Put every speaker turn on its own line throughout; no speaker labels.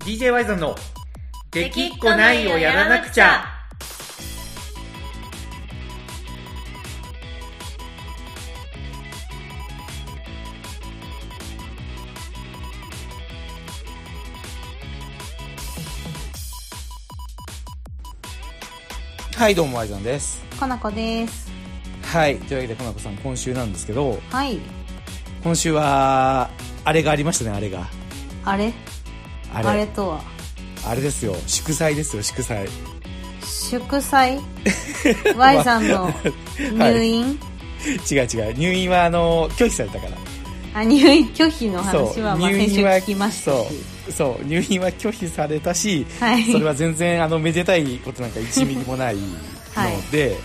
DJY さんの「できっこないをやらなくちゃ」
はいどうもアイザンです
かなこです
はいというわけでかなこさん今週なんですけど
はい
今週はあれがありましたねあれが
あれ
あ
あ
れ
れ
あれ
とは
ですよ祝祭ですよ祝祭
祝祭 Y さんの入院、
違う違う入院はあの拒否されたから
あ入院拒否の話は、まあ、
入
先週
院は
聞きましたし
そうそう入院は拒否されたし、
はい
それは全然あのめでたいことなんか1ミリもないの で、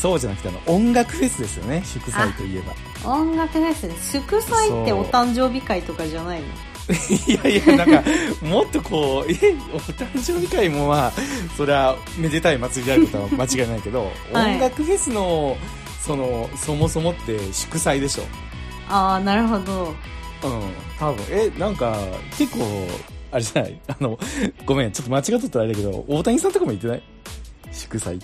そうじゃなくてあの音楽フェスですよね祝祭といえば
音楽フェスです祝祭って
そう
お誕生日会とかじゃないの
いやいや、なんか、もっとこう、え、 お誕生日会もまあ、それはめでたい祭りであることは間違いないけど、
はい
音楽フェスの、その、そもそもって祝祭でしょ。
ああなるほど
うん、多分。え、なんか、結構、あれじゃない あの、ごめん、ちょっと間違っとったらあれだけど、大谷さんとかも言ってない祝祭。い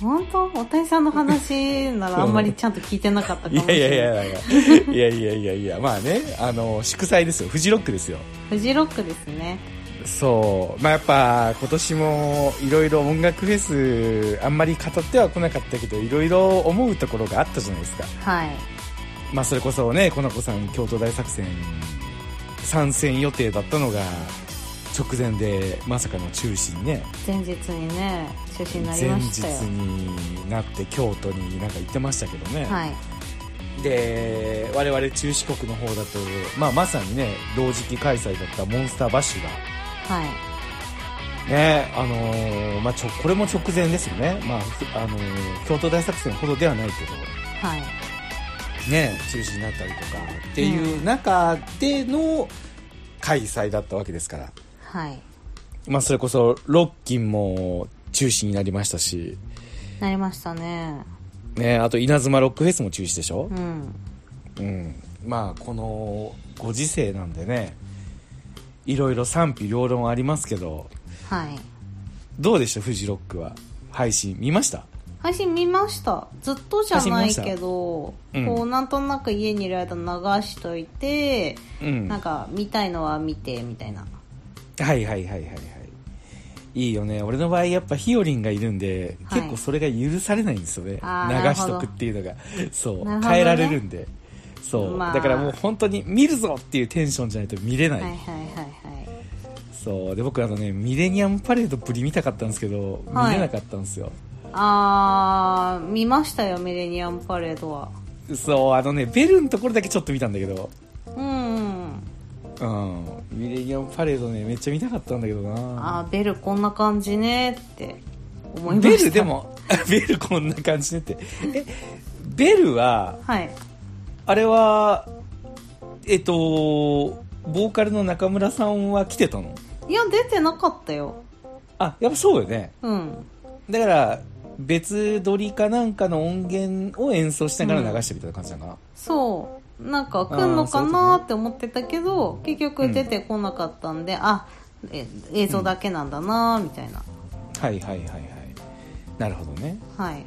本当おたいさんの話ならあんまりちゃんと聞いてなかったかもしれ
や
ない
いやいや、なんかいやいやいやいや、まあね、あの、祝祭ですよ。フジロックですよ。
フジロックですね
そう、まあ、やっぱ今年もいろいろ音楽フェスあんまり語っては来なかったけどいろいろ思うところがあったじゃないですか、
はい
まあ、それこそねこの子さん京都大作戦参戦予定だったのが直前でまさかの中止にね
前日にね中止になり
前
ま
日
したよ
になって京都になんか行ってましたけどね、
はい
で我々中四国の方だと、まあ、まさにね同時期開催だったモンスターバッシュが
はい
ねあのーまあ、ちょこれも直前ですよね、まあふあのー京都大作戦ほどではないけど、
はい
ね、中止になったりとかっていう中での開催だったわけですから、
はい
まあ、それこそロッキンも中止になりましたし、
なりましたね
ね、あと稲妻ロックフェスも中止でしょ
う、ん
うんまあ、このご時世なんでねいろいろ賛否両論ありますけど
はい
どうでしたフジロックは配信見ました
配信見ましたずっとじゃな
配
いけど、
信見ましたうん
こうなんとなく家にいる間流しといて、
うん
なんか見たいのは見てみたいな
はいはいはいはいはいいいよね俺の場合やっぱひよりんがいるんで、
はい
結構それが許されないんですよね流
あー
しとくっていうのがそう、
なるほどね
変えられるんでそう、
まあ
だからもう本当に見るぞっていうテンションじゃないと見れない、
はいはいはいはい
そうで僕あのねミレニアムパレードぶり見たかったんですけど、
はい
見れなかったんですよ
あー見ましたよミレニアムパレードは
そうあのねベルのところだけちょっと見たんだけど
うんうん
うんミレニアムパレードねめっちゃ見たかったんだけどな
あーベルこんな感じねって思いました
ベルでも ベルこんな感じねってえベルは
はい
あれは、えっと、ボーカルの中村さんは来てたの
いや出てなかったよ
あ、やっぱそうよね。
うん
だから、別撮りかなんかの音源を演奏しながら流してみたいな感じなのか
そうなんか来んのかなって思ってたけど、結局出てこなかったんで、あえ映像だけなんだなみたいな、
な、はいはいはいはい。なるほどね。
はい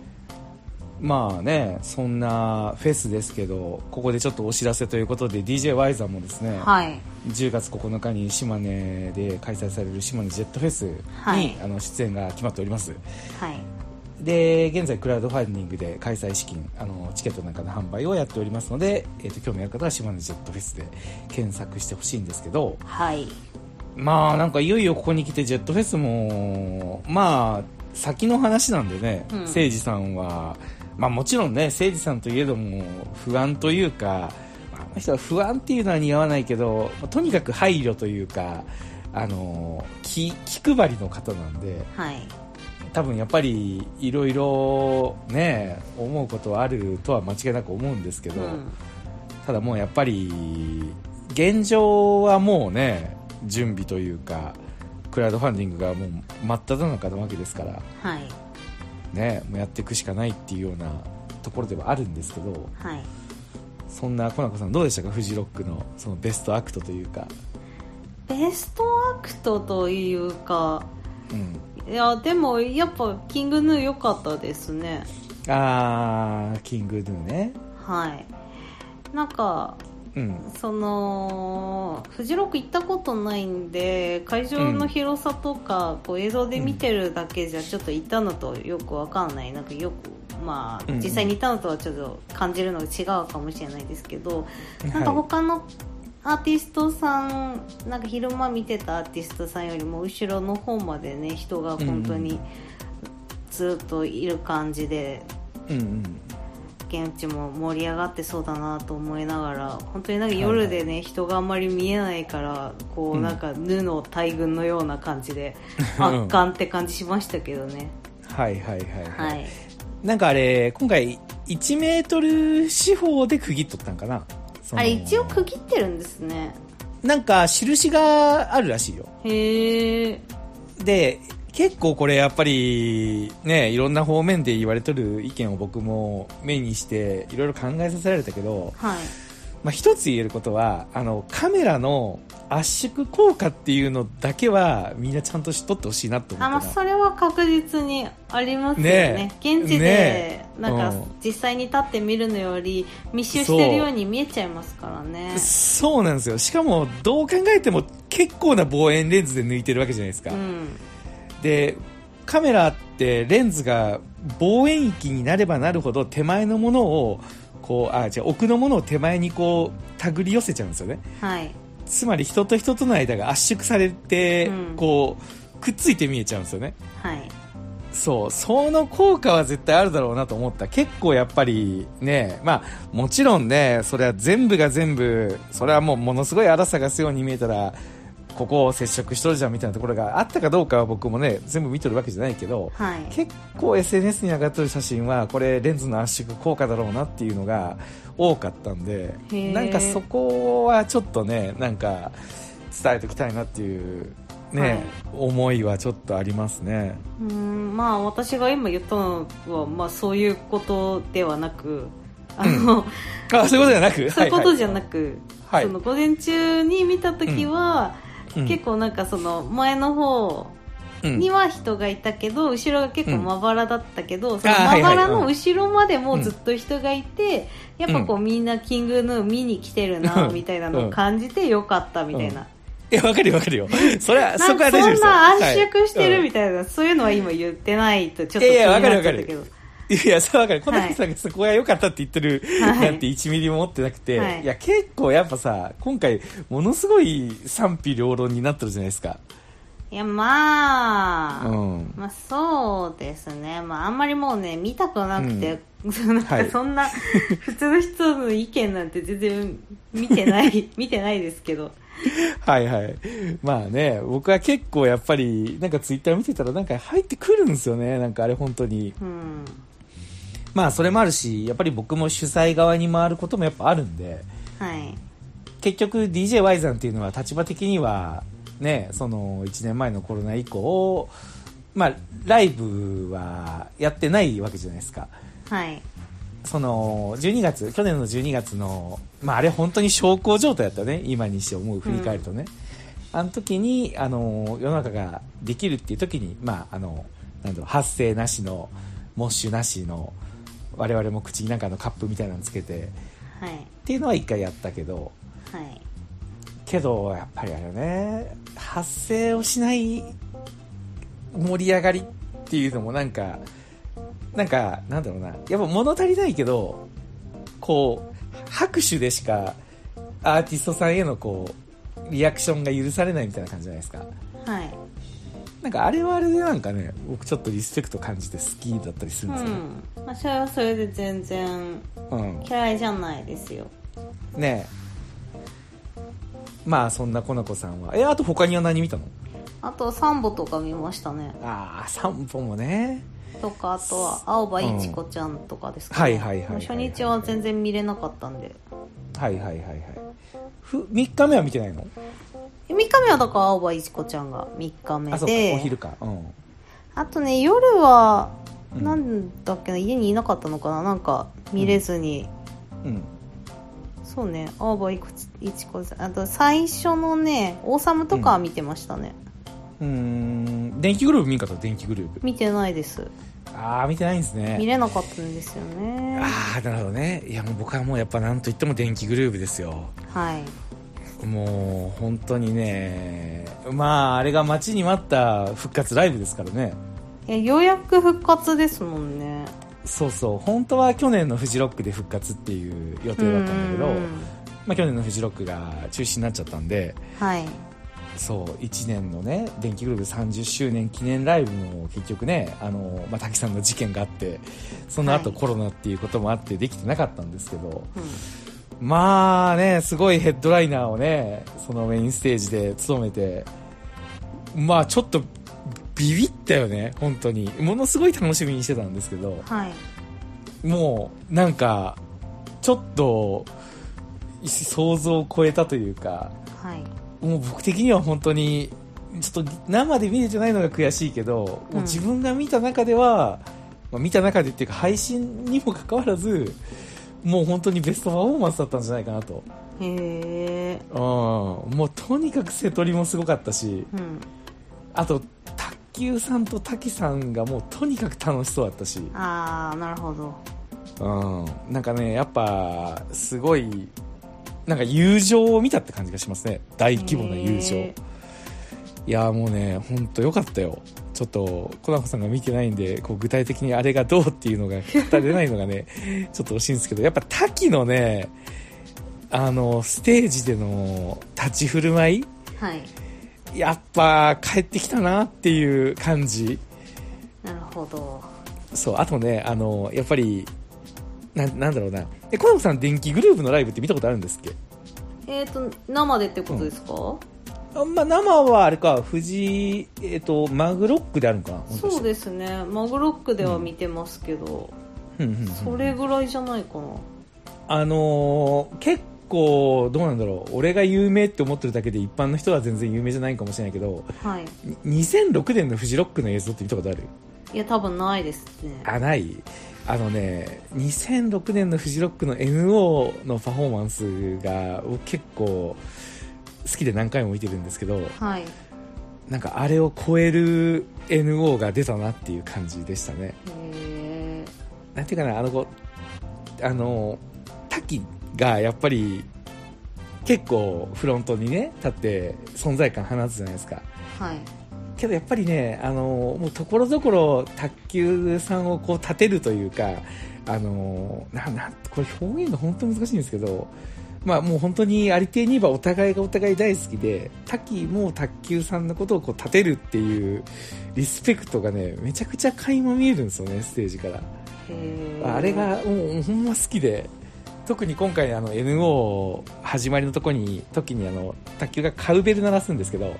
まあね、そんなフェスですけど、ここでちょっとお知らせということで、DJY さんもですね、
はい
10月9日に島根で開催される島根ジェットフェスに、
はい
あの出演が決まっております。
はい
で現在クラウドファンディングで開催資金あのチケットなんかの販売をやっておりますので、えー、と興味ある方は島根ジェットフェスで検索してほしいんですけど
はい
まあなんかいよいよここに来てジェットフェスもまあ先の話なんでね
うん
誠司、さんは、まあ、もちろんね誠司さんといえども不安というかまああの人は不安っていうのは似合わないけどまあとにかく配慮というかあの気気配りの方なんで。
はい
多分やっぱりいろいろね思うことはあるとは間違いなく思うんですけ
う
ど、
ん
ただもうやっぱり現状はもうね準備というかクラウドファンディングがもう真っ只中なわけですから
はい
ねもうやっていくしかないっていうようなところではあるんですけど
はい
そんなコナコさんどうでしたかフジロックのそのベストアクトというか
ベストアクトというか
うん
いやでもやっぱキングヌー良かったですね
あーキングヌーね
はいなんか
うん
そのフジロック行ったことないんで会場の広さとか、こう映像で見てるだけじゃちょっと行ったのとよくわかんないなんかよくまあ
うんうん
実際に行ったのとはちょっと感じるのが違うかもしれないですけど、なんか
はい
他のアーティストさんなんか昼間見てたアーティストさんよりも後ろの方までね人が本当
うん
にずっといる感じで
うんうん
現地も盛り上がってそうだなと思いながら本当になんか夜でね、人があんまり見えないからこう、
うん
なんかヌの大群のような感 じで
うん
圧巻って感じしましたけどね、
はいはいはいはい、
はい
なんかあれ今回1メートル四方で区切っとったんかなその
あれ一応区切ってるんですね
なんか印があるらしいよ
へえ
で結構これやっぱりねいろんな方面で言われとる意見を僕も目にしていろいろ考えさせられたけど、
はい
まあ、一つ言えることはあのカメラの圧縮効果っていうのだけはみんなちゃんとしとってほしいなと思
あ
っ
まあ
て
それは確実にありますよね
ねえ
現地で
ねえ
なんか
うん
実際に立って見るのより密集してるように見えちゃいますからね
なそうなんですよしかもどう考えても結構な望遠レンズで抜いてるわけじゃないですか、
うん
でカメラってレンズが望遠域になればなるほど手前のものをこうあ違う奥のものを手前にこう手繰り寄せちゃうんですよね
はい
つまり人と人との間が圧縮されて、
うん
こうくっついて見えちゃうんですよね
はい
そうその効果は絶対あるだろうなと思った結構やっぱりねまあもちろんねそれは全部が全部それはもうものすごい荒さがすように見えたらここを接触しとるじゃんみたいなところがあったかどうかは僕もね全部見とるわけじゃないけど
はい
結構 SNS に上がってる写真はこれレンズの圧縮効果だろうなっていうのが多かったんで
へー
なんかそこはちょっとねなんか伝えておきたいなっていう、ね
はい
思いはちょっとありますね。
うーんまあ私が今言ったのは、まあ、そういうことではなくあの、
あそういうことじゃなく
そういうことじゃ
な
なく、
はい
その午前中に見た時は、
うん
結構なんかその前の方
く、うん
には人がいたけど、後ろが結構まばらだったけど、その
あー
ま
はいは
ば
い
らの後ろまでもずっと人がいて、やっぱこうみんなキングヌー見に来てるな
うん
みたいなのを感じてよかったみたいな。
いやわかるよわかるよそれは
な
そ
ん
こは
か
大丈夫で
そん
すよ
な圧縮してる
はい
みたいな、そういうのは今言ってないとちょっと気
い
に
やいや
なっ
わ
ち
かるわか
ゃった
る
けど。
うんいやそれはわかる小
はい
竹さんがそこが良かったって言ってる、
はい
なんて1ミリも思ってなくて、
はい
い、や結構やっぱさ今回ものすごい賛否両論になってるじゃないですか
いや、まあ、
うん
まあそうですね。まああんまりもうね、見たくなくて、 なん
は
か
い
そんな、普通の人の意見なんて全然見 てない、見てないですけど。
はいはいまあね僕は結構やっぱりなんかツイッター見てたらなんか入ってくるんですよねなんかあれ本当に
うん。
まあそれもあるしやっぱり僕も主催側に回ることもやっぱあるんで
はい。
結局 DJY さんっていうのは立場的にはねその1年前のコロナ以降まあライブはやってないわけじゃないですか
はい。
その12月去年の12月の、まあ、あれ本当に小康状態だったね今にして思う振り返るとね、あの時にあの世の中ができるっていう時に、まあ、あのなんだろう発声なしのモッシュなしの我々も口になんかあのカップみたいなのつけてっ
はい。
ていうのは一回やったけど
はい。
けどやっぱりあれね発声をしない盛り上がりっていうのもなんかなんかなんだろうなやっぱ物足りないけどこう拍手でしかアーティストさんへのこうリアクションが許されないみたいな感じじゃないですか
はい。
なんかあれはあれでなんかね僕ちょっとリスペクト感じて好きだったりす
う
るんですよね、
ん。まあそれはそれで全然
うん、
嫌いじゃないですよ。
ねえまあそんなコナコさんはえあと他には何見たの
あと、サンボとか見ましたね。
ああ散歩もね
とか、あとは、青葉いちこちゃんとかですか、
うんはいはいはいはいはい
初日は全然見れなかったんで。
はいはいはいはいふ3日目は見てないの
3日目はだから青葉いちこちゃんが3日目
あそうかお
で
昼かうん
あとね夜は
うん
なんだっけな、家にいなかったのかななんか見れずに、
うん
そうね青葉いくついちこさんあと最初のね「王様」とかは見てましたね、
うーん電気グループ見んかった電気グループ
見てないです
ああ見てないんです
見
ね
れなかったんですよね
ああなるほどねいやもう僕はもうやっぱなんといっても電気グループですよ
はい
もう本当にねまああれが待ちに待った復活ライブですからね
いやようやく復活ですもんね
そうそう本当は去年のフジロックで復活っていう予定だったんだけど、
うんうんうん
まあ、去年のフジロックが中止になっちゃったんで
はい
そう1年のね電気グループ30周年記念ライブも結局ねあの、まあ、滝さんの事件があってその後、
はい
コロナっていうこともあってできてなかったんですけど
う
まあねすごいヘッドライナーをねそのメインステージで務めてまあちょっとビビったよね本当にものすごい楽しみにしてたんですけど
んはい
もうなんかちょっと想像を超えたというか
はい
もう僕的には本当にちょっと生で見れてないのが悔しいけど、
うん
もう自分が見た中では、まあ、見た中でっていうか配信にもかかわらずもう本当にベストパフォーマンスだったんじゃないかなと、
へえ
うん、もうとにかく瀬戸りもすごかったし
うん
あと卓球さんと滝さんがもうとにかく楽しそうだったし、
ああなるほど
うん、なんかねやっぱすごいなんか友情を見たって感じがしますね大規模な友情。
へ
いやーもうね、ほんとよかったよ。ちょっと、コナコさんが見てないんで、こう具体的にあれがどうっていうのが語れないのがね、 ちょっと惜しいんですけど、やっぱ滝のね、あの、ステージでの立ち振る舞い、
えはい
やっぱ帰ってきたなっていう感じ。
なるほど
そう、あとね、あの、やっぱり、ななんだろうな。え、コナコさん電気グループのライブって見たことあるんですっけ
えっ、と生でってことですか、
あんま生はあれか、藤井、えっ、と、マグロックであるのかな
そう
す。
ですねマグロックでは見てますけど、
うんうんうんうん
それぐらいじゃないかな
あのー結構どうなんだろう俺が有名って思ってるだけで一般の人は全然有名じゃないかもしれないけど
はい
に2006年のフジロックの映像って見たことある
いや多分ないですね
あないあのね2006年のフジロックの NO のパフォーマンスが僕結構好きで何回も見てるんですけど
はいへ
なんかあれを超える NO が出たなっていう感じでしたね
え
なんていうかな、あの子、あの、滝がやっぱり、結構フロントにね、立って存在感放つじゃないですか。
はい
けどやっぱりね、あの、もうところどころ卓球さんをこう立てるというか、あの、な、なん、これ表現が本当に難しいんですけど、まあもう本当にありていに言えばお互いがお互い大好きで、滝も卓球さんのことをこう立てるっていうリスペクトがね、めちゃくちゃ垣間見えるんですよね、ステージから。
へえ
あれがもうほんま好きで特に今回あの NO 始まりのとこに時にあの卓球がカウベル鳴らすんですけど
はい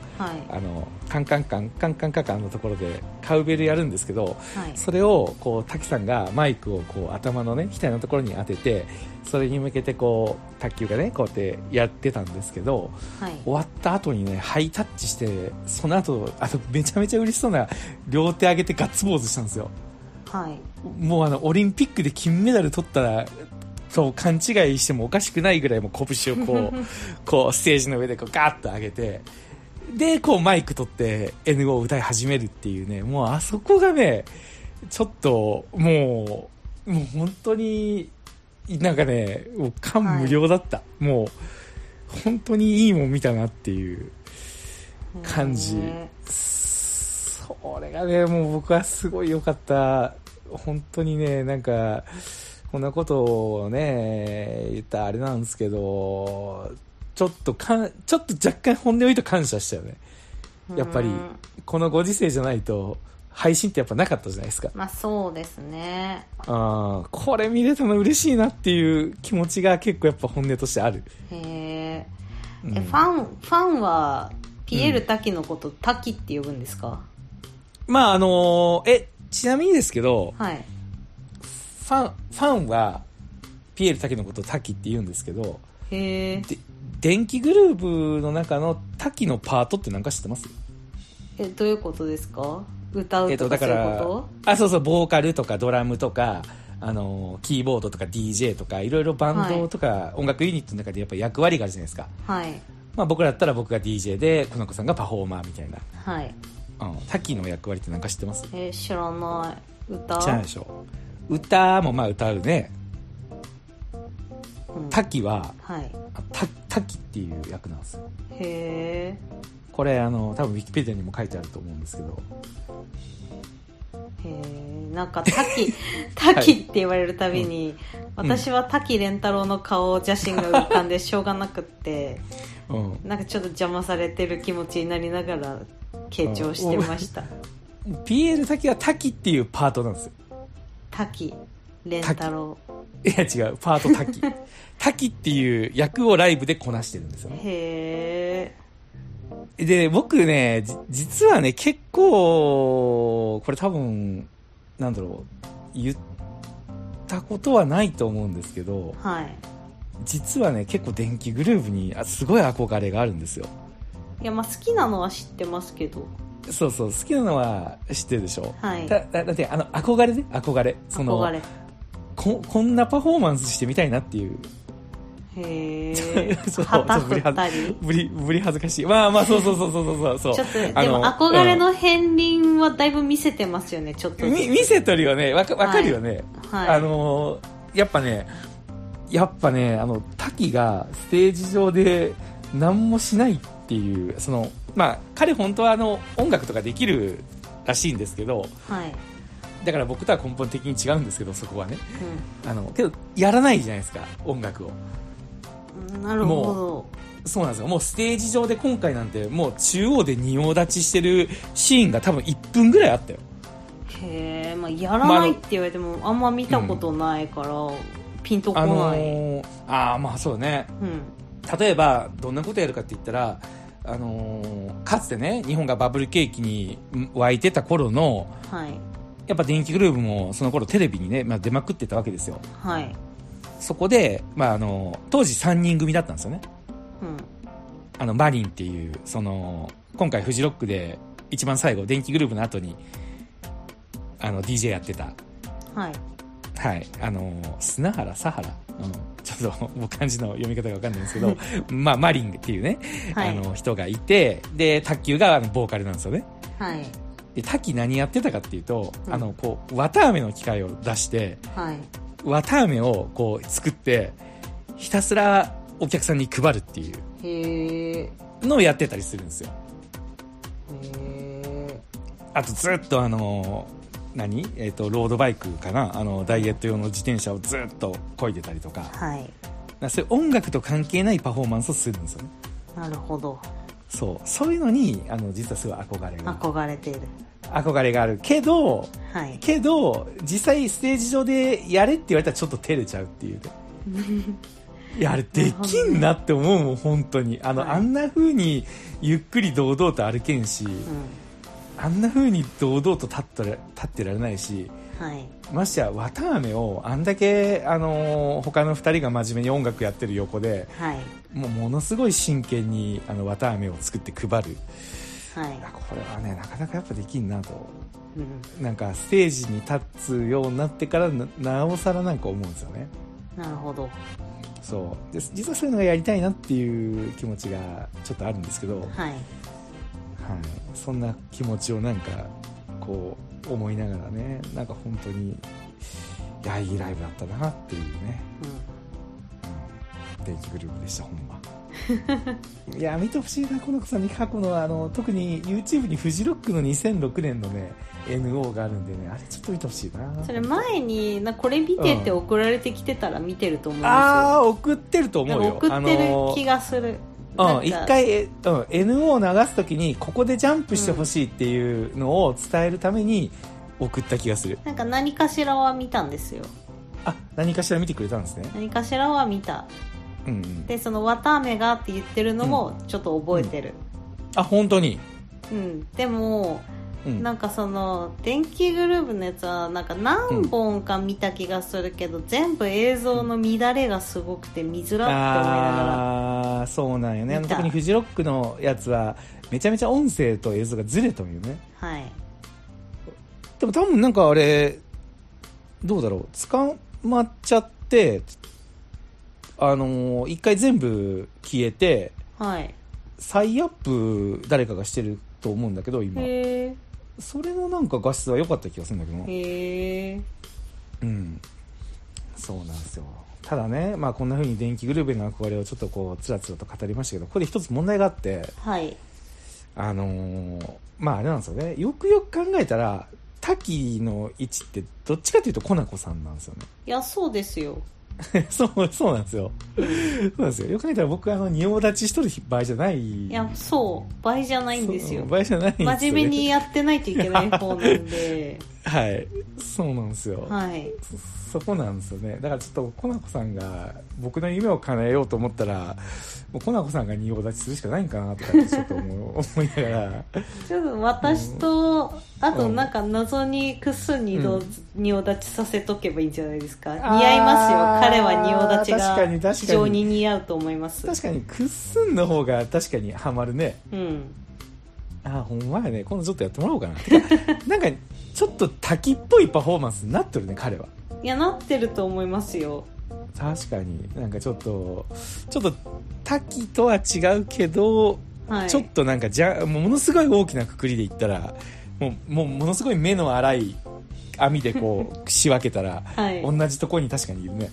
あのカンカンカンカンカンカンカンのところでカウベルやるんですけど
はい
それをこう滝さんがマイクをこう頭のね額のところに当ててそれに向けてこう卓球がねこうやってやってたんですけど
はい
終わった後にねハイタッチしてその後あとめちゃめちゃ嬉しそうな両手上げてガッツポーズしたんですよ。
はい
もうあのオリンピックで金メダル取ったらそう勘違いしてもおかしくないぐらいもう拳をこうこうステージの上でこうガーッと上げてでこうマイク取って N5 を歌い始めるっていうねもうあそこがねちょっともうもう本当になんかねもう感無量だった、もう本当にいいもん見たなっていう感じ
へ
それがねもう僕はすごい良かった本当にねなんかこんなことをね言ったらあれなんですけどちょっとかんちょっと若干本音を言うと感謝したよね
え
やっぱり
うん
このご時世じゃないと配信ってやっぱなかったじゃないですか
まあそうですね
あーこれ見れたの嬉しいなっていう気持ちが結構やっぱ本音としてある、
へえ
う
え
ん
ファンファンはピエール滝のこと、滝って呼ぶんですか
まああのーえちなみにですけど
はい
ファンファンはピエール滝のことを滝って言うんですけど
へえ
で電気グループの中の滝のパートって何か知ってます
えどういうことですか歌
え
う
っと
と
だ
か
か
そういうこ
ら
と、
あそうそうボーカルとかドラムとかあのキーボードとか DJ とかいろいろバンドとか音楽ユニットの中でやっぱ役割があるじゃないですか、
はい
まあ、僕らだったら僕が DJ でこの子さんがパフォーマーみたいな、
はい
うん、タキの役割ってなんか知ってます
えー知らない歌
知らないでしょ歌もまあ歌うね
うん
タキは
はい
タタキっていう役なんですよ
へえ
これあの多分ウィキペディアにも書いてあると思うんですけど
へえなんかタ キタキって言われるたびに、私は滝蓮太郎の顔写真が浮かんでしょうがなくって
うん
なんかちょっと邪魔されてる気持ちになりながら傾聴してました。
PL 滝は滝っていうパートなんですよ。
滝蓮太郎。
いや違う、パート 滝。滝っていう役をライブでこなしてるんですよね。
へえ。
で、僕ね、じ実はね、結構、これ多分、なんだろう、言ったことはないと思うんですけど、
はい。
実はね、結構電気グルーヴにあすごい憧れがあるんですよ。
いやまあ好きなのは知ってますけど。
そうそう、好きなのは知ってるでしょ。
はい
だだだって、あの、憧れね、憧れ。その
憧れ。
こ、こんなパフォーマンスしてみたいなっていう
へえ。
そう
旗
そうぶ
振
りは
ったり。
ぶり、ぶり恥ずかしい。まあまあ、そうそうそうそうそうそう。
ちょっとで
あ
も
の
憧れの片鱗はだいぶ見せてますよねちょっと
うん
ず
み
つ
見せとるよね。わかわかるよね。
はい
あのーやっぱね、やっぱね、あの、滝がステージ上で何もしないっていう、その、まあ、彼本当はあの、音楽とかできるらしいんですけど、
はい、
だから僕とは根本的に違うんですけど、そこはね。
う
あの、けど、やらないじゃないですか、音楽を。
ん、なるほ
そうなんですよ。もうステージ上で今回なんて、もう中央で仁王立ちしてるシーンが多分1分ぐらいあったよ。
どへえ、まあ、やらないって言われてもあんま見たことないから、ピンとこな
あ
い、
のーあーまあそうね。例えば、どんなことやるかって言ったら、あのーかつてね、日本がバブル景気にん沸いてた頃の、
うんはい
やっぱ電気グルーヴもその頃テレビにね、まあ、出まくってたわけですよ。
はい
そこで、まああの当時3人組だったんですよね。
うん
あの、マリンっていう、その、今回フジロックで一番最後、電気グループの後に、あの、DJ やってた、
はい
はい、あの、砂原、サハラ、うん、ちょっと僕漢字の読み方がわかんないんですけ ど、まあ、マリンっていうね、
はい
あの、人がいて、で、卓球があのボーカルなんですよね。
はい
で、滝何やってたかっていうと、
うん
あの、こう、綿飴の機械を出して、
はい
綿飴をこう作って、ひたすらお客さんに配るってい
へえ
うのをやってたりするんですよ。
へ
あとずっとあの何えっ、とロードバイクかなあのダイエット用の自転車をずっと漕いでたりとか
ーはい
なそういう音楽と関係ないパフォーマンスをするんですよね
なるほど
そうそういうのにあの実はすごい憧れが
憧れている
憧れがあるけど
はい
けど実際ステージ上でやれって言われたらちょっと照れちゃうっていうね いやあれできんなって思うもん本当にあの、
はい
あんな風にゆっくり堂々と歩けんし、
うん
あんな風に堂々と立ったら立ってられないし
はい
ましてや綿飴をあんだけ、あのー他の2人が真面目に音楽やってる横で
はい
もうものすごい真剣にあの綿飴を作って配るい
はい
やこれはねなかなかやっぱできんなと
うん
なんかステージに立つようになってからななおさらなんか思うんですよね
なるほど
そうで実はそういうのがやりたいなっていう気持ちがちょっとあるんですけど、はい、
はい
そんな気持ちをなんかこう思いながらねなんか本当にいやいいライブだったなっていうね
う
電気グループでしたほんまいや見てほしいなこの子さんに過去のあの特に YouTube にフジロックの2006年のね NO があるんでねあれちょっと見てほしいなん
それ前になこれ見てって送られてきてたら見てると思うんですよ
ああ送ってると思
なん
う
か
よ
送ってる気がする、
あの
な
うんん
か
一回、えうん、NO を流すときにここでジャンプしてほしいっていうのを伝えるために送った気がする、
なんか何かしらは見たんですよ
あ何かしら見てくれたんですね
何かしらは見た
うんうん
でその「綿飴が」って言ってるのもちょっと覚えてる
あ本当に
うん、でも
うん
なんかその電気グルーヴのやつはなんか何本か見た気がするけど、全部映像の乱れがすごくて見づらって思いなが
ああーそうなんよねあの
見た
特にフジロックのやつはめちゃめちゃ音声と映像がずれとんよね
らはい
でも多分なんかあれどうだろう捕まっちゃってあのー一回全部消えて
はい
再アップ誰かがしてると思うんだけど今
へ
それのなんか画質は良かった気がするんだけどな
えへえ
うん、そうなんですよただね、まあ、こんな風に電気グループへの憧れをちょっとこうつらつらと語りましたけどここで一つ問題があって
はい
あのーまああれなんですよねよくよく考えたら滝の位置ってどっちかというとコナコさんなんですよ
いやそうですよ
ね そうそうなんですよそうなんですよよく考えたら僕あの仁王立ちしとる場合じゃない
いやそう倍じゃないんです
そ
よ
う場合じゃないんですよね
真面目にやってないといけない方な んで
はいそうなんですよ、
はい
そこなんですよねだからちょっとコナコさんが僕の夢を叶えようと思ったらもうコナコさんが仁王立ちするしかないんかなとかってちょっと思う思いながら
ちょっと私と、あと
うん
なんか謎にクスに
う
ど
ん
仁王立ちさせとけばいいんじゃないですか似
ー
合いますよ彼は仁王立ち
確かに確か
が
に
非常に似合うと思います
確かにクッスンの方が確かにハマるね
うん
ああほんまやね今度ちょっとやってもらおうかな てかなんかちょっと滝っぽいパフォーマンスになってるね彼はい
やなってると思いますよ
確かになんかちょっとちょっと滝とは違うけど
はい
ちょっとなんかじゃもうものすごい大きなくくりで言ったらもうもうものすごい目の粗い網で こう仕分けたら、
はい
同じところに確かにいるね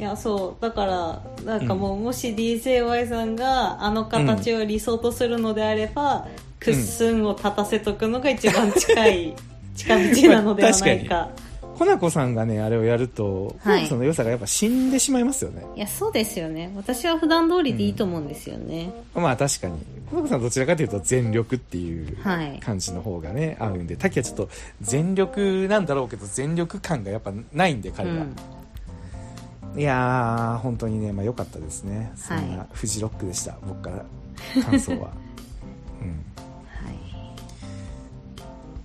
いやそうだからなんかもう、もし DJY さんがあの形を理想とするのであれば、クッスンを立たせとくのが一番近い近道なのではないか,、
まコナコさんがねあれをやると、
は
コナ
い
コさんの良さがやっぱ死んでしまいますよね
いやそうですよね私は普段通りでいいと思うんですよね、
まあ確かにコナコさんどちらかというと全力っていう
はい
感じの方がね、合うんで滝はちょっと全力なんだろうけど全力感がやっぱないんで彼は、
うん
いやー本当にね、まあ、良かったですね、そん
は
ないフジロックでした、僕から感想は。うん、
はい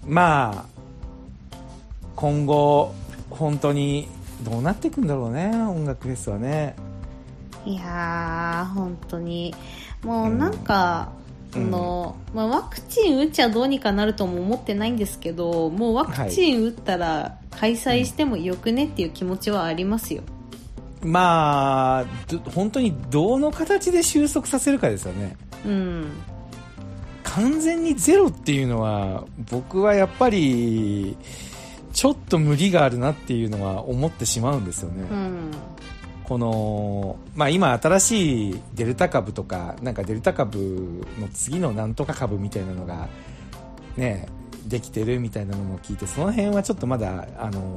まあ、今後、本当にどうなっていくんだろうね、音楽フェスはね。
いやー本当にもう
うん
なんか、
う
そ
ん
のまあ、ワクチン打っちゃどうにかなるとも思ってないんですけどもうワクチン打ったら開催してもよくねっていう気持ちはありますよ、
まあ、ど本当にどの形で収束させるかですよね。
うん
完全にゼロっていうのは、僕はやっぱり、ちょっと無理があるなっていうのは思ってしまうんですよね。
うん
この、まあ、今新しいデルタ株とかなんかデルタ株の次のなんとか株みたいなのがねできてるみたいなのも聞いてその辺はちょっとまだあの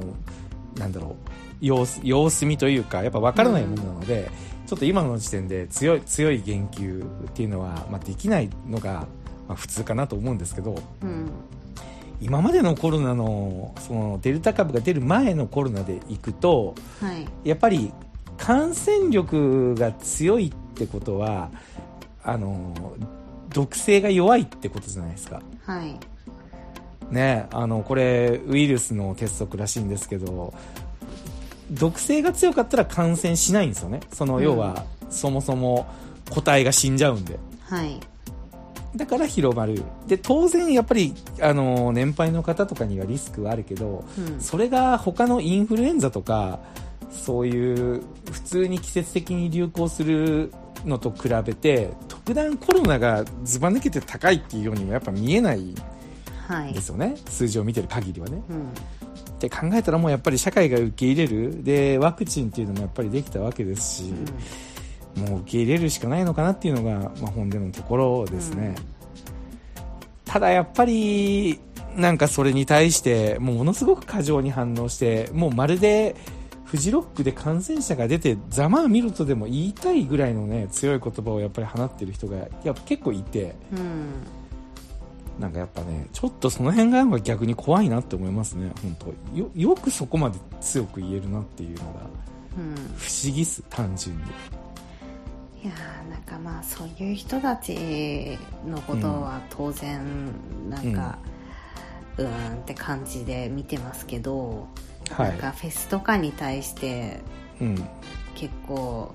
なんだろう様子様子見というかやっぱ分からないものなので、ちょっと今の時点で強い強い言及っていうのは、まあ、できないのが、まあ、普通かなと思うんですけど、
うん
今までのコロナのそのデルタ株が出る前のコロナでいくと、
はい
やっぱり感染力が強いってことはあの毒性が弱いってことじゃないですか。
はい
ね、あのこれウイルスの鉄則らしいんですけど毒性が強かったら感染しないんですよねその
うん
要は、そもそも個体が死んじゃうんで
はい
だから広まるで当然やっぱりあの年配の方とかにはリスクはあるけど、
うん
それが他のインフルエンザとかそういう普通に季節的に流行するのと比べて特段コロナがずば抜けて高いっていうようにもやっぱ見えないん
はい
ですよね数字を見てる限りはね。
うん
って考えたらもうやっぱり社会が受け入れるでワクチンっていうのもやっぱりできたわけですし、もう受け入れるしかないのかなっていうのが、まあ、本音のところですね、ただやっぱりなんかそれに対してもうものすごく過剰に反応してもうまるでフジロックで感染者が出てざまあ見ろとでも言いたいぐらいのね強い言葉をやっぱり放ってる人がやっぱ結構いて
うん
なんかやっぱねちょっとその辺がなんか逆に怖いなって思いますね本当よよくそこまで強く言えるなっていうのが
うん
不思議っす単純に。
いやーなんかまあそういう人たちのことは当然なんか、うーんって感じで見てますけど、
は
なん
い
かフェスとかに対して
うん
結構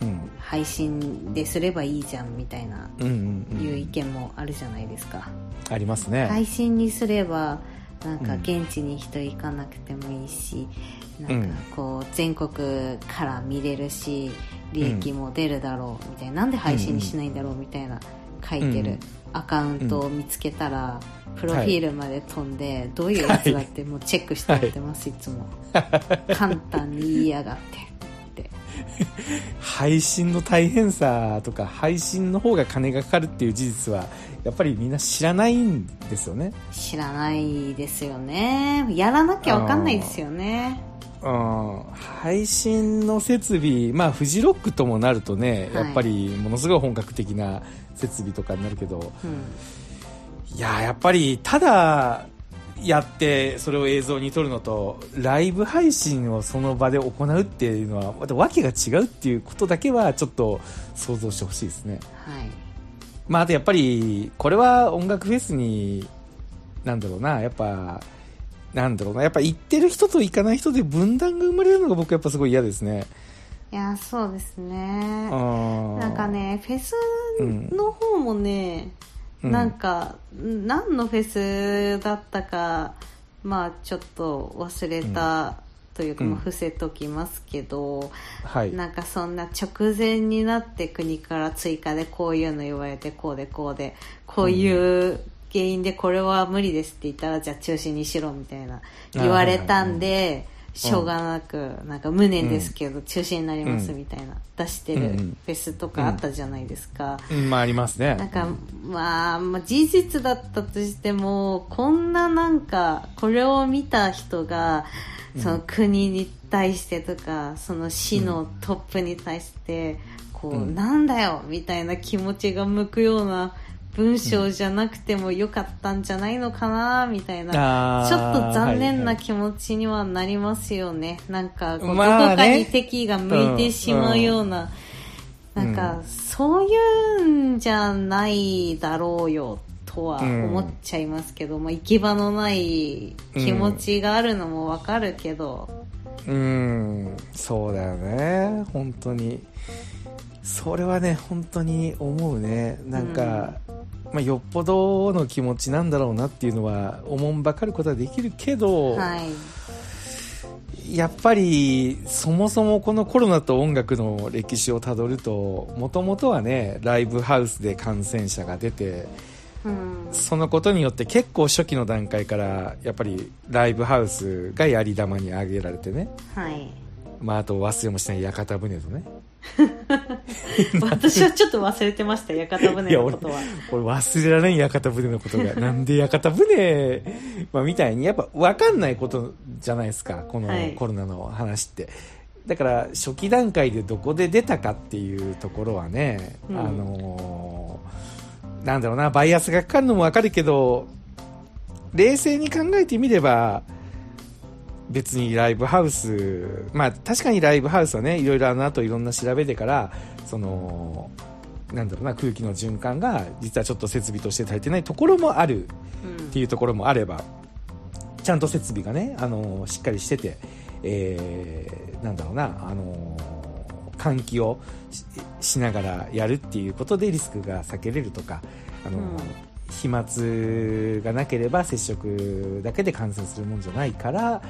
うん
配信ですればいいじゃんみたいな
うんうんうん
いう意見もあるじゃないですか、
ありますね、
配信にすればなんか現地に人行かなくてもいいし、なんかこう全国から見れるし利益も出るだろうみたいな、なんで配信にしないんだろうみたいな書いて
うん
るアカウントを見つけたら、プロフィールまで飛んで、どういうやつだってもうチェックしてやってます、い、つも簡単に言いやがってって
配信の大変さとか配信の方が金がかかるっていう事実はやっぱりみんな知らないんですよね
知らないですよねやらなきゃ分かんないですよね
うん配信の設備、まあ、フジロックともなるとね、
はい
やっぱりものすごい本格的な設備とかになるけど、
うん
いやーやっぱりただやって、それを映像に撮るのと、ライブ配信をその場で行うっていうのは、また訳が違うっていうことだけは、ちょっと想像してほしいですね。
はい
まあ、あとやっぱり、これは音楽フェスに、なんだろうな、やっぱ、なんだろうな、やっぱ行ってる人と行かない人で分断が生まれるのが僕やっぱすごい嫌ですね。
いやそうですねな
なん
か、ねフェス
うん
の方もね、
うん
なんか何のフェスだったかまあちょっと忘れたというか、
うん
まあ伏せときますけど、
はい。
なんかそんな直前になって国から追加でこういうの言われてこうでこうでこういう原因でこれは無理ですって言ったらじゃあ中止にしろみたいな言われたんでしょうがなくなんか無念ですけど中止になりますみたいな出して
う
る
んうん
フェスとかあったじゃないですか。
うんまあありますね。
なんか、まあ、まあ、事実だったとしても、こんななんか、これを見た人が、その国に対してとか、その市のトップに対して、こう、
うん
なんだよみたいな気持ちが向くような文章じゃなくてもよかったんじゃないのかな、みたいな。
あー
ちょっと残念
は
ない
はい
気持ちにはなりますよね。なんか、こうどこ
まあね
かに敵が向いてしまうような、
うんうん
なんか、そういうんじゃないだろうよ、とは思っちゃいますけど、まあ、行き場のない気持ちがあるのもわかるけど、
うん、そうだよね。本当に。それはね、本当に思うね。なんか、まあ、よっぽどの気持ちなんだろうなっていうのは、おもんばかることはできるけど、
はい。
やっぱりそもそもこのコロナと音楽の歴史をたどるともともとはねライブハウスで感染者が出て
うん。
そのことによって結構初期の段階からやっぱりライブハウスがやり玉に挙げられてね、
はい。
まあ、あと忘れもしない屋形船とね
私はちょっと忘れてました、屋形船のことは。
これ忘れられん屋形船のこと がなんで屋形船、まあ、みたいにやっぱ分かんないことじゃないですかこの
はい
コロナの話って、だから初期段階でどこで出たかっていうところはね、
うん
あのーなんだろうなバイアスがかかるのも分かるけど冷静に考えてみれば別にライブハウスまあ確かにライブハウスはねいろいろあの後いろんな調べてからそのなんだろうな空気の循環が実はちょっと設備として足りてないところもある
うん
っていうところもあればちゃんと設備がねあのしっかりしてて、えーなんだろうなあの換気をししながらやるっていうことでリスクが避けれるとかあの、
うん
飛沫がなければ接触だけで感染するもんじゃないから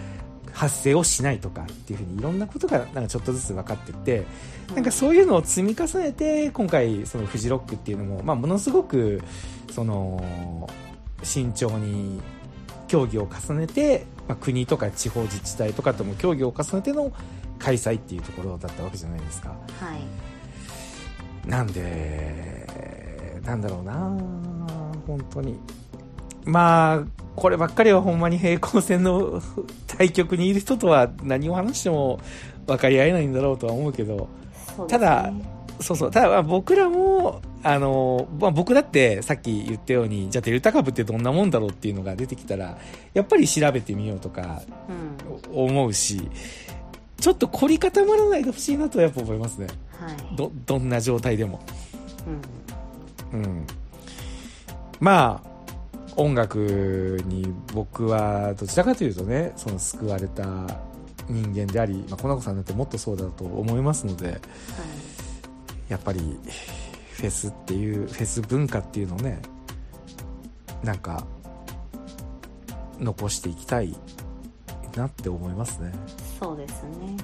発生をしないとかっていうふうにいろんなことがなんかちょっとずつ分かってってなんかそういうのを積み重ねて今回そのフジロックっていうのも、まあ、ものすごくその慎重に協議を重ねて、まあ、国とか地方自治体とかとも協議を重ねての開催っていうところだったわけじゃないですか。
はい。
なんで、なんだろうな、本当に。まあ、こればっかりはほんまに平行線の 対局にいる人とは何を話しても分かり合えないんだろうとは思うけど、
そうです
た
ね
だ、そうそう、ただまあ僕らも、あの、まあ僕だってさっき言ったように、じゃあデルタ株ってどんなもんだろうっていうのが出てきたら、やっぱり調べてみようとか
うん。
思うし、ちょっと凝り固まらないでほしいなとはやっぱ思いますね。
はい。
ど、どんな状態でも。
うん。
うん、まあ音楽に僕はどちらかというとねその救われた人間であり、まあ、コナコさんだってもっとそうだと思いますので
はい
やっぱりフェスっていうフェス文化っていうのをねなんか残していきたいなって思いますね。
そうですね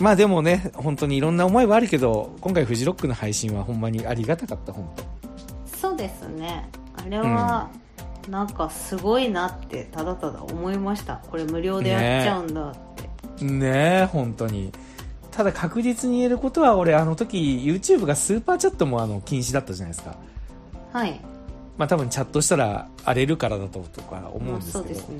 まあでもね、本当にいろんな思いはあるけど、今回フジロックの配信はほんまにありがたかった、本当。
そうですねあれは、なんかすごいなってただただ思いましたこれ無料でやっちゃうんだって、
ねえ、本当に。ただ確実に言えることは、俺あの時 YouTube がスーパーチャットもあの禁止だったじゃないですか。
はい
まあ多分チャットしたら荒れるからだととか思うん
まあ
です
そう
け
で
ど。
すね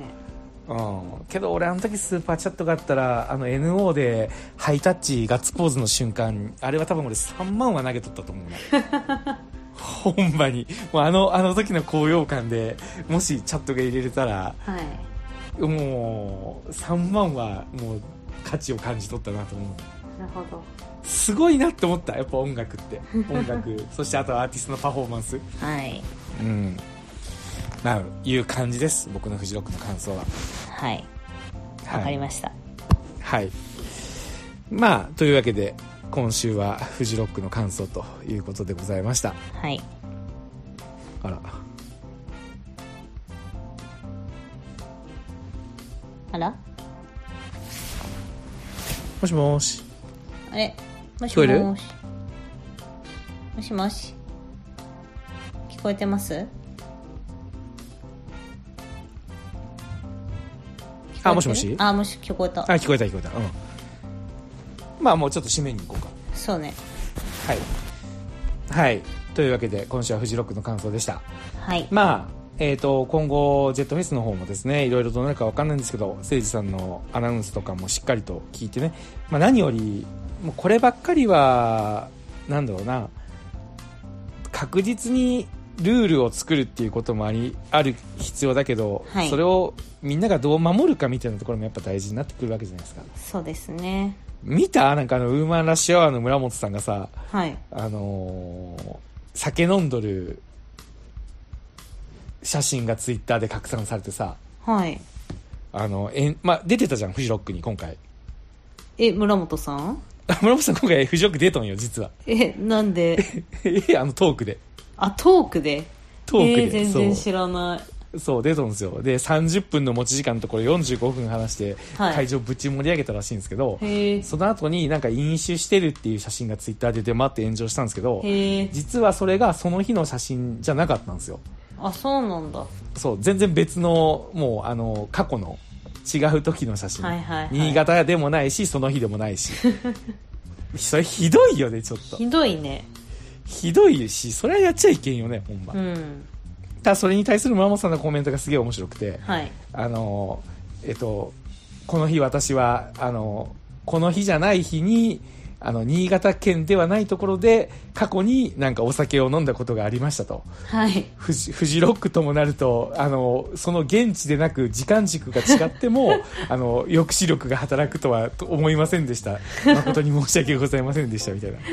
うん、けど俺あの時スーパーチャットがあったらあの NO でハイタッチガッツポーズの瞬間あれは多分俺3万は投げとったと思うなほんまにもうあのあの時の高揚感でもしチャットが入れれたら
はい
もう3万はもう価値を感じ取ったなと思う
なるほど
すごいなって思ったやっぱ音楽って音楽そしてあとはアーティストのパフォーマンス
はい
うんなあいう感じです僕のフジロックの感想は
はい
はい
した
はい。まあ、というわけで、今週はフジロックの感想ということでございました。
はい
あら。
あら
もしもし。
あれもし
聞こえる
もしもしもし聞こえてます
あ、もしもしあ、
あもし聞こえた、
聞こえた聞こえた。うん。まあ、もうちょっと締めに行こうか。
そうね
はい。はい。というわけで、今週はフジロックの感想でした。
はい
まあ、えー、と今後、ジェットフェスの方もですねいろいろどうなるかわかんないんですけど誠司さんのアナウンスとかもしっかりと聞いてね、まあ、何よりもうこればっかりはなんだろうな確実にルールを作るっていうこともありある必要だけど、
はい
それをみんながどう守るかみたいなところもやっぱ大事になってくるわけじゃないですか
そうですね
見たなんかあのウーマンラッシュアワーの村本さんがさ
はい
あのー酒飲んどる写真がツイッターで拡散されてさ、
はい
あの、えんまあ、出てたじゃん、フジロックに今回。
え村本さん
あ村本さん今回フジロック出とんよ、実は。
えなんで
えあのトークで。
あトークで
トークで
え全然
そ
知らな
そう、出とんですよ。で、30分の持ち時間のところ45分話して、
はい
会場ぶち盛り上げたらしいんですけど、
いへえ
その後になんか飲酒してるっていう写真がツイッターで出回って炎上したんですけど、
へえ
実はそれがその日の写真じゃなかったんですよ。
あそうなんだは
そう全然別のもうあの過去の違う時の写真、
いはい、はい、
新潟でもないしその日でもないし それひどいよねちょっと
ひどいね
ひどいしそれはやっちゃいけんよねほんま、
うん
ただそれに対する村本さんのコメントがすげえ面白くて
はい
あのえっとこの日私はあのこの日じゃない日にあの新潟県ではないところで過去になんかお酒を飲んだことがありましたと
はい
フジフジロックともなるとあのその現地でなく時間軸が違っても あの抑止力が働くとはと思いませんでした誠に申し訳ございませんでしたみたいな、
へ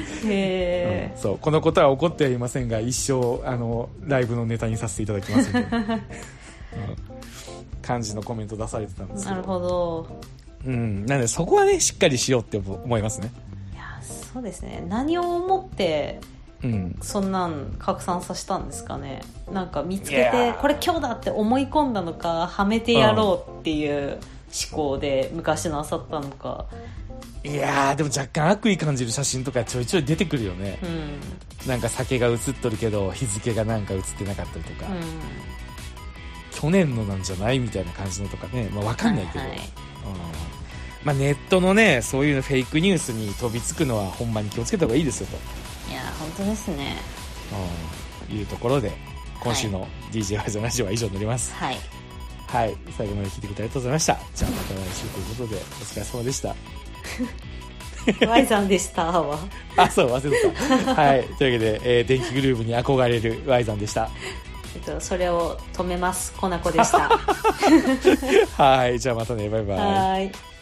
う
え
ん、そうこのことは起こってはいませんが一生あのライブのネタにさせていただきます みたいな、うん感じのコメント出されてたんですけ
な
ど
るほど
うん、なのでそこはねしっかりしようって思思いますね、
いやそうですね何を思って
うん、
そんなん拡散させたんですかねなんか見つ
い
けて
やー
これ今日だって思い込んだのかはめてやろうっていう思考で昔なさったのか
いやーでも若干悪意感じる写真とかちょいちょい出てくるよね、
うん
なんか酒が写っとるけど日付がなんか写ってなかったりとか、
う
去年のなんじゃないみたいな感じのとかね、まあ、わかん
ん
ないけど、
はいはい
うんまあ、ネットのねそういうフェイクニュースに飛びつくのはほんまに気をつけた方がいいですよと、
いや本当ですね
うんいうところで今週の DJ ワイズラジオは以上になります
はい
はい最後まで聞いてくれてありがとうございましたじゃあまた来週ということでお疲れ様でした
Y さんでしたわ
あそう忘れてたはいというわけで、えー電気グルーヴに憧れる Y さんでした
えっとそれ を止めますコナコでしたは
はいじゃあまたねバイバイ
ーい